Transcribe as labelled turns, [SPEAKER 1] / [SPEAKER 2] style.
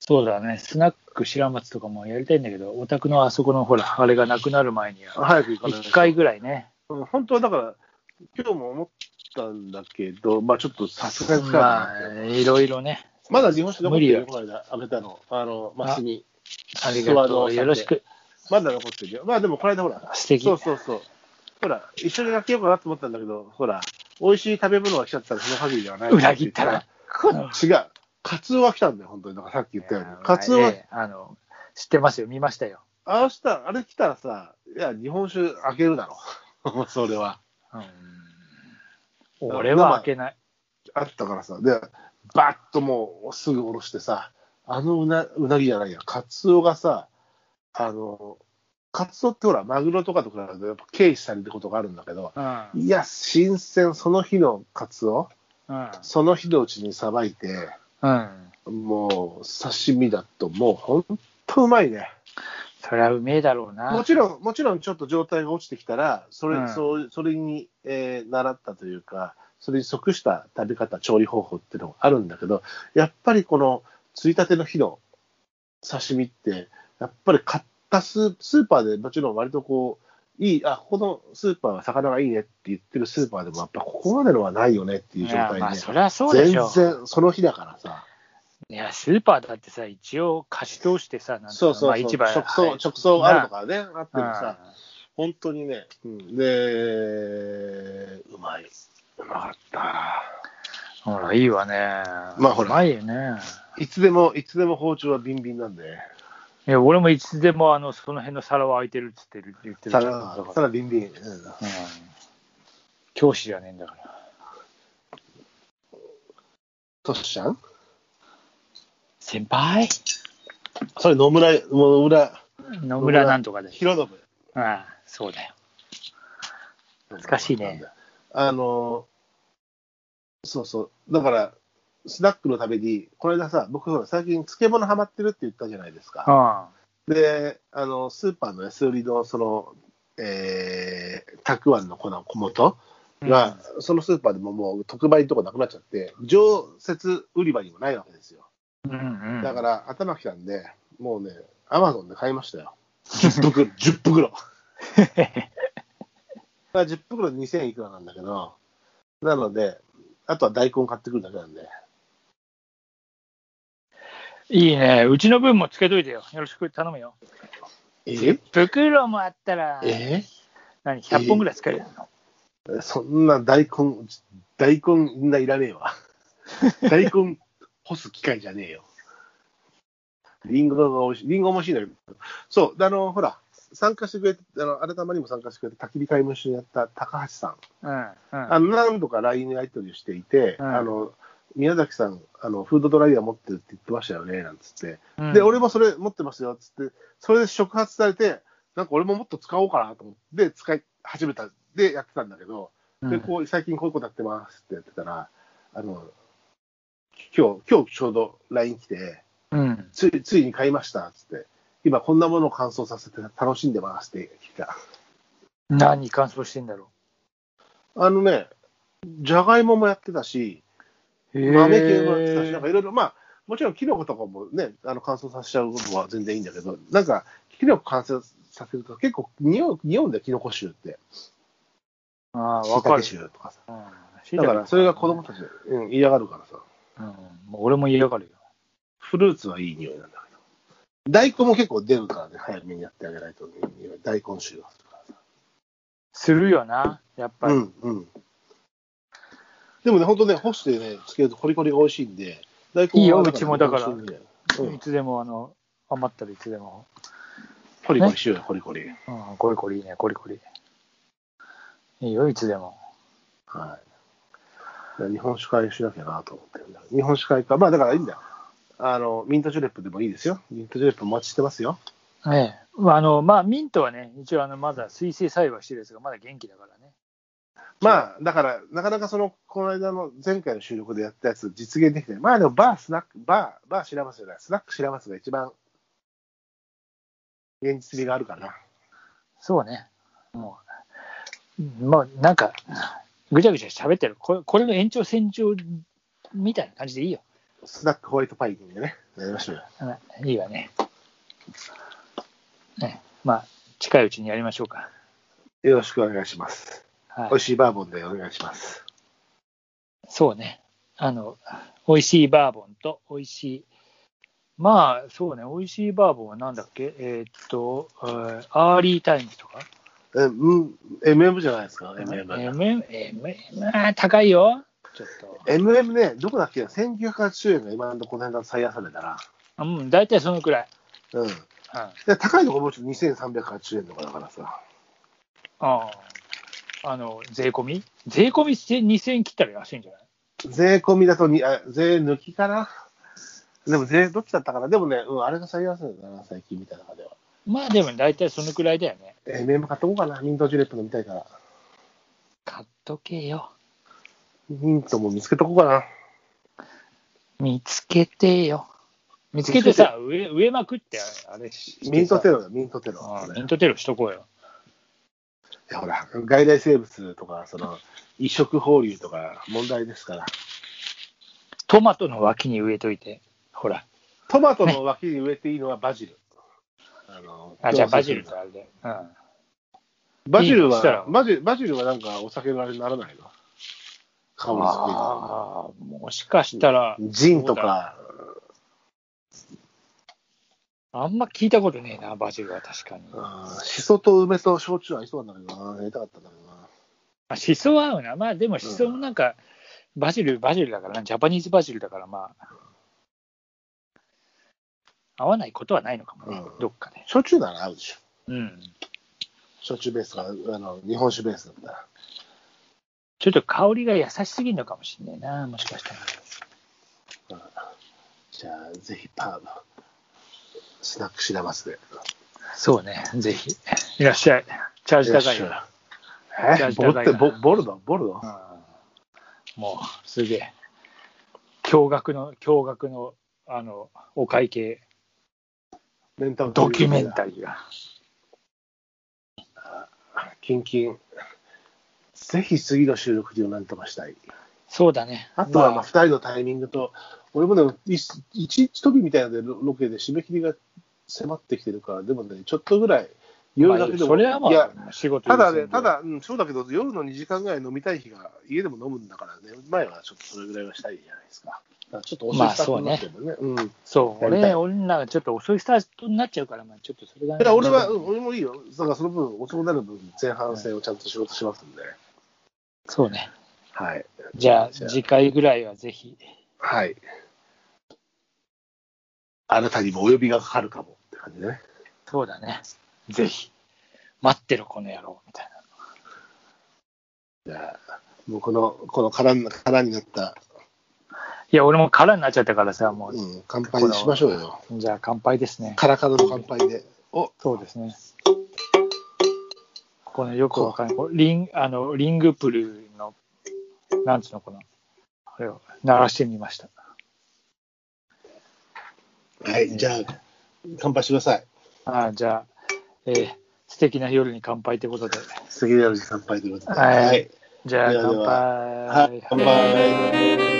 [SPEAKER 1] そうだね、スナック白松とかもやりたいんだけど、お宅のあそこのほら、あれがなくなる前には、
[SPEAKER 2] 早く行かない
[SPEAKER 1] 1回ぐらいね。
[SPEAKER 2] うん本当はだから、今日も思ったんだけど、まあちょっとさすがに使えない
[SPEAKER 1] まあ、いろいろね。
[SPEAKER 2] まだ日本酒残っ
[SPEAKER 1] 無
[SPEAKER 2] て
[SPEAKER 1] 理
[SPEAKER 2] るよ、
[SPEAKER 1] よ。
[SPEAKER 2] この間、あげたの。あの、マスに。
[SPEAKER 1] ありがと
[SPEAKER 2] スワローさん
[SPEAKER 1] う。
[SPEAKER 2] で
[SPEAKER 1] よろしく。
[SPEAKER 2] まだ残ってるよ。まあでも、この間ほら、
[SPEAKER 1] 素敵。
[SPEAKER 2] そうそうそう。ほら、一緒に開けようかなと思ったんだけど、ほら、美味しい食べ物が来ちゃったらその限りではない。
[SPEAKER 1] 裏切ったら。この
[SPEAKER 2] 違う。カツオが来たんだよ、本当に。だからさっき言ったように。カツオは、
[SPEAKER 1] ええあの、知ってますよ。見ましたよ。
[SPEAKER 2] あの人、あれ来たらさ、いや、日本酒開けるだろ。 それは。
[SPEAKER 1] うん俺は開けない。
[SPEAKER 2] あったからさ、で、バッともうすぐ下ろしてさ、あのうなうなぎじゃないや、カツオがさ、あの、カツオってほら、マグロとかと比べると、やっぱ軽視されることがあるんだけど、
[SPEAKER 1] うん。
[SPEAKER 2] いや、新鮮、その日のカツオ、
[SPEAKER 1] うん。
[SPEAKER 2] その日のうちにさばいて、
[SPEAKER 1] うん。
[SPEAKER 2] もう刺身だと、もうほんとうまいね。
[SPEAKER 1] そりゃうめえだろうな。
[SPEAKER 2] もちろん、もちろんちょっと状態が落ちてきたら、それ,、
[SPEAKER 1] うん
[SPEAKER 2] そうそれに、えー習ったというか、それに即した食べ方、調理方法っていうのがあるんだけど、やっぱりこの、ついたての日の刺身って、やっぱり買ったスースーパーで、もちろん割とこう、いい、あ、ここのスーパーは魚がいいねって言ってるスーパーでも、やっぱここまでのはないよねっていう状態
[SPEAKER 1] い
[SPEAKER 2] で、
[SPEAKER 1] やまあ、そりゃそうでしょ
[SPEAKER 2] 全。然その日だからさ、
[SPEAKER 1] いや、スーパーだってさ、一応貸し通してさ、なんていの
[SPEAKER 2] そうそうそう、
[SPEAKER 1] まあ、市場
[SPEAKER 2] 直送、直送あるのかね、あってもさ、
[SPEAKER 1] うん
[SPEAKER 2] 本当にね、うん、で、うまい。うまかった。
[SPEAKER 1] ほら、いいわね。
[SPEAKER 2] まあほら
[SPEAKER 1] うまいよね。
[SPEAKER 2] いつでも、いつでも包丁はビンビンなんで、
[SPEAKER 1] いや、俺もいつでも、あの、その辺の皿は空いてるっつってる、言ってる。
[SPEAKER 2] 皿
[SPEAKER 1] だ
[SPEAKER 2] は
[SPEAKER 1] か
[SPEAKER 2] 皿
[SPEAKER 1] ら
[SPEAKER 2] はビンビン。うん
[SPEAKER 1] うん。教師じゃねえんだから。
[SPEAKER 2] トシちゃん
[SPEAKER 1] 先輩
[SPEAKER 2] それ野村、野村、
[SPEAKER 1] 野村なんとかで。
[SPEAKER 2] 広信。
[SPEAKER 1] ああ、そうだよ。懐かしいね。
[SPEAKER 2] あの、そうそう。だから、スナックのために、この間さ、僕ほら、最近漬物ハマってるって言ったじゃないですか。
[SPEAKER 1] あ
[SPEAKER 2] で、あの、スーパーの安売りの、その、えー、たくあんの粉、小元が、そのスーパーでももう特売のとこなくなっちゃって、常設売り場にもないわけですよ。
[SPEAKER 1] あ。うんうん。
[SPEAKER 2] だから、頭きたんで、もうね、アマゾンで買いましたよ。10袋、10袋。まあ10袋で2000いくらなんだけど、なので、あとは大根買ってくるだけなんで。
[SPEAKER 1] いいね。うちの分もつけといてよ。よろしく頼むよ。
[SPEAKER 2] え
[SPEAKER 1] 袋もあったら、
[SPEAKER 2] え
[SPEAKER 1] 何、100本ぐらいつけるの
[SPEAKER 2] そんな大根、大根みんないらねえ わ。大根干す機械じゃねえよ。リンゴが美味しい。リンゴも美味しいんだけど。そう、あの、ほら、参加してくれて、あの、あれたまにも参加してくれて、焚き火会も一緒にやった高橋さん。
[SPEAKER 1] うんうん。
[SPEAKER 2] あの、何度か LINE のやり取りをしていて、
[SPEAKER 1] うん
[SPEAKER 2] あの、宮崎さん、あの、フードドライヤー持ってるって言ってましたよね、なんつって。
[SPEAKER 1] うん
[SPEAKER 2] で、俺もそれ持ってますよ、つって。それで触発されて、なんか俺ももっと使おうかなと思って、使い始めた。で、やってたんだけど、
[SPEAKER 1] うん
[SPEAKER 2] で、こう、最近こういうことやってますってやってたら、あの、今日、今日ちょうど LINE 来て、
[SPEAKER 1] うん。
[SPEAKER 2] つい、ついに買いましたっつって、今こんなものを乾燥させて楽しんでますって来た。
[SPEAKER 1] 何乾燥してんだろ
[SPEAKER 2] あのね、じゃがいももやってたし、
[SPEAKER 1] う。
[SPEAKER 2] 豆系もやってたし、
[SPEAKER 1] へ
[SPEAKER 2] な
[SPEAKER 1] ー
[SPEAKER 2] んかいろいろ、まあ、もちろんキノコとかもね、あの乾燥させちゃうことは全然いいんだけど、なんか、キノコ乾燥させると結構匂う、匂うんだよ、キノコ臭って。
[SPEAKER 1] ああ、わ
[SPEAKER 2] わ
[SPEAKER 1] かる。
[SPEAKER 2] 臭とかさ。
[SPEAKER 1] うん
[SPEAKER 2] だから、それが子供たち、うん、嫌がるからさ。
[SPEAKER 1] うん。もう俺も嫌がるよ。
[SPEAKER 2] フルーツはいい匂いなんだけど。大根も結構出るからね、早めにやってあげないと、ね、大根臭がするか
[SPEAKER 1] するよな、やっぱ
[SPEAKER 2] ら。
[SPEAKER 1] り。
[SPEAKER 2] うん、うん。でもね、本当ね、干してね、つけるとコリコリが美味しいんで、大根
[SPEAKER 1] いいよ
[SPEAKER 2] 柔か
[SPEAKER 1] うちもだから
[SPEAKER 2] 美味しいんでうん
[SPEAKER 1] い、つでも、あの、余ったらいつでも。
[SPEAKER 2] コリコリしようよ、コリコリ。
[SPEAKER 1] うん、コリコリいいね、コリコリ。いいよ、いつでも。
[SPEAKER 2] はい。日本酒会しなきゃなと思ってるんだけど日本酒会か。まあだからいいんだよ。あの、ミントチュレップでもいいですよ。ミントチュレップお待ちしてますよ。
[SPEAKER 1] ええ。まあ、あの、まあ、ミントはね、一応、あの、まだ水性栽培してるやつがまだ元気だからね。
[SPEAKER 2] まあ、だから、なかなかその、この間の前回の収録でやったやつ実現できてない。まあでも、バー、スナック、バー、バー白松じゃない、スナック白松が一番、現実味があるかな。
[SPEAKER 1] そうね。もう、うんまあ、なんか、ぐちゃぐちゃ喋ってる。これ、これの延長線上みたいな感じでいいよ。
[SPEAKER 2] スナックホワイトパイにね、なりましょうよ。
[SPEAKER 1] いいわね。ね、まあ、近いうちにやりましょうか。
[SPEAKER 2] よろしくお願いします。
[SPEAKER 1] はい
[SPEAKER 2] 美味しいバーボンでお願いします。
[SPEAKER 1] そうね。あの、美味しいバーボンと美味しい。まあ、そうね。美味しいバーボンはなんだっけえーっと、えーアーリータイムズとか
[SPEAKER 2] え、うん、MM じゃないですか、MM。
[SPEAKER 1] ?MM、MM、まあ、高いよ。ちょっと。
[SPEAKER 2] MM ね、どこだっけ ?1980 円が今のとこの辺が最安値だな。
[SPEAKER 1] うん、大体そのくらい。
[SPEAKER 2] うん。
[SPEAKER 1] うん。あ
[SPEAKER 2] で高いとこもうちょっと2380円とかだからさ。
[SPEAKER 1] あ。あの、税込み税込みして2000円切ったら安いんじゃない
[SPEAKER 2] 税込みだとに、あ税抜きかなでも税、どっちだったかなでもね、うん、あれが最安値だな、最近見た中では。
[SPEAKER 1] まあでも大体そのくらいだよね。
[SPEAKER 2] MM 買っとこうかな。ミントジュレット飲みたいから。
[SPEAKER 1] 買っとけよ。
[SPEAKER 2] ミントも見つけとこうかな。
[SPEAKER 1] 見つけてよ。見つけてさ、植え植えまくって、あれし
[SPEAKER 2] ミントテ
[SPEAKER 1] ロ。
[SPEAKER 2] ロだ、ミントテロ。
[SPEAKER 1] うんミ
[SPEAKER 2] い
[SPEAKER 1] ントテロしとこうよ。
[SPEAKER 2] やほら、外来生物とか、その、移植放流とか問題ですから。
[SPEAKER 1] トマトの脇に植えといて。ほら。
[SPEAKER 2] トマトの脇に植えていいのはバジル。あの
[SPEAKER 1] あ、じゃあバジルとあれで。うん。
[SPEAKER 2] バジル
[SPEAKER 1] いいのしたら
[SPEAKER 2] は、バジルバジルはなんかお酒のあれにならないの香りづ
[SPEAKER 1] ああ、もしかしたら
[SPEAKER 2] け、にジンとか、
[SPEAKER 1] あんま聞いたことねえな、バジルは確かに。
[SPEAKER 2] うんシソと梅と焼酎合いそうなんだけどな、やりたかったんだけどな。
[SPEAKER 1] あ、シソは合うな。まあでもシソもなんか、バジル、バジルだからな、ジャパニーズバジルだからまあ、合わないことはないのかもね、
[SPEAKER 2] うん
[SPEAKER 1] どっかで。
[SPEAKER 2] 焼酎なら合うでしょ。
[SPEAKER 1] うん。
[SPEAKER 2] 焼酎ベースとか、あの日本酒ベースだったら。
[SPEAKER 1] ちょっと香りが優しすぎるのかもしれないな、もしかしたら。
[SPEAKER 2] じゃあ、ぜひパーのスナックシダマスで。
[SPEAKER 1] そうね、ぜひ。いらっしゃい。チャージ高いよ。チャー
[SPEAKER 2] え
[SPEAKER 1] ジ
[SPEAKER 2] ボ
[SPEAKER 1] 高い
[SPEAKER 2] っ
[SPEAKER 1] な
[SPEAKER 2] てボボルドボルド
[SPEAKER 1] うんもう、すげえ。驚愕の、驚愕の、あの、お会計、
[SPEAKER 2] メンタル
[SPEAKER 1] ドキュメンタリーが。
[SPEAKER 2] キンキン。ぜひ次の収録時をなんとかしたい。
[SPEAKER 1] そうだね。
[SPEAKER 2] あとはま
[SPEAKER 1] ま
[SPEAKER 2] あ2人のタイミングと、俺もね、い一日飛びみたいなのでロロケで締め切りが迫ってきてるから、でもね、ちょっとぐらい、
[SPEAKER 1] ま
[SPEAKER 2] 夜
[SPEAKER 1] あ
[SPEAKER 2] だけでも、
[SPEAKER 1] それはま
[SPEAKER 2] いや、
[SPEAKER 1] あ、仕事
[SPEAKER 2] ただね、
[SPEAKER 1] 優先で
[SPEAKER 2] た。だ、うん、そうだけど、夜の2時間ぐらい飲みたい日が、家でも飲むんだからね、前はちょっとそれぐらいはしたいじゃないですか。だからちょっと遅いスタートになってもね。うん。
[SPEAKER 1] そう、
[SPEAKER 2] やりたい
[SPEAKER 1] 俺、俺らがちょっと遅いスタートになっちゃうから、まあ、ちょっとそれが、
[SPEAKER 2] だから俺は、うん、俺もいいよ。だからその分、遅くなる分、前半戦をちゃんと仕事しますんで。
[SPEAKER 1] そうね。
[SPEAKER 2] はい。
[SPEAKER 1] じゃあ、
[SPEAKER 2] じゃあ
[SPEAKER 1] 次回ぐらいはぜひ。
[SPEAKER 2] はい。あなたにもお呼びがかかるかもって感じね。
[SPEAKER 1] そうだね。ぜひ。待ってる、この野郎、みたいな。
[SPEAKER 2] じゃあ、もうこの、この空に空になった、
[SPEAKER 1] いや、俺も空になっちゃったからさ、もう、
[SPEAKER 2] うん、乾杯しましょうよ。
[SPEAKER 1] じゃあ乾杯ですね。
[SPEAKER 2] カラカラの乾杯で。お
[SPEAKER 1] そうですね。このよくわかんない。こうリン、あの、リングプルの、なんつうのかな。あれを鳴らしてみました。
[SPEAKER 2] はい、じゃあ、乾杯してください。
[SPEAKER 1] ああ、じゃあ、えー素敵な夜に乾杯ということで。
[SPEAKER 2] 杉浦寺乾杯ということで。
[SPEAKER 1] はいじゃあ
[SPEAKER 2] ではで
[SPEAKER 1] 乾
[SPEAKER 2] は
[SPEAKER 1] 杯。
[SPEAKER 2] はい乾杯。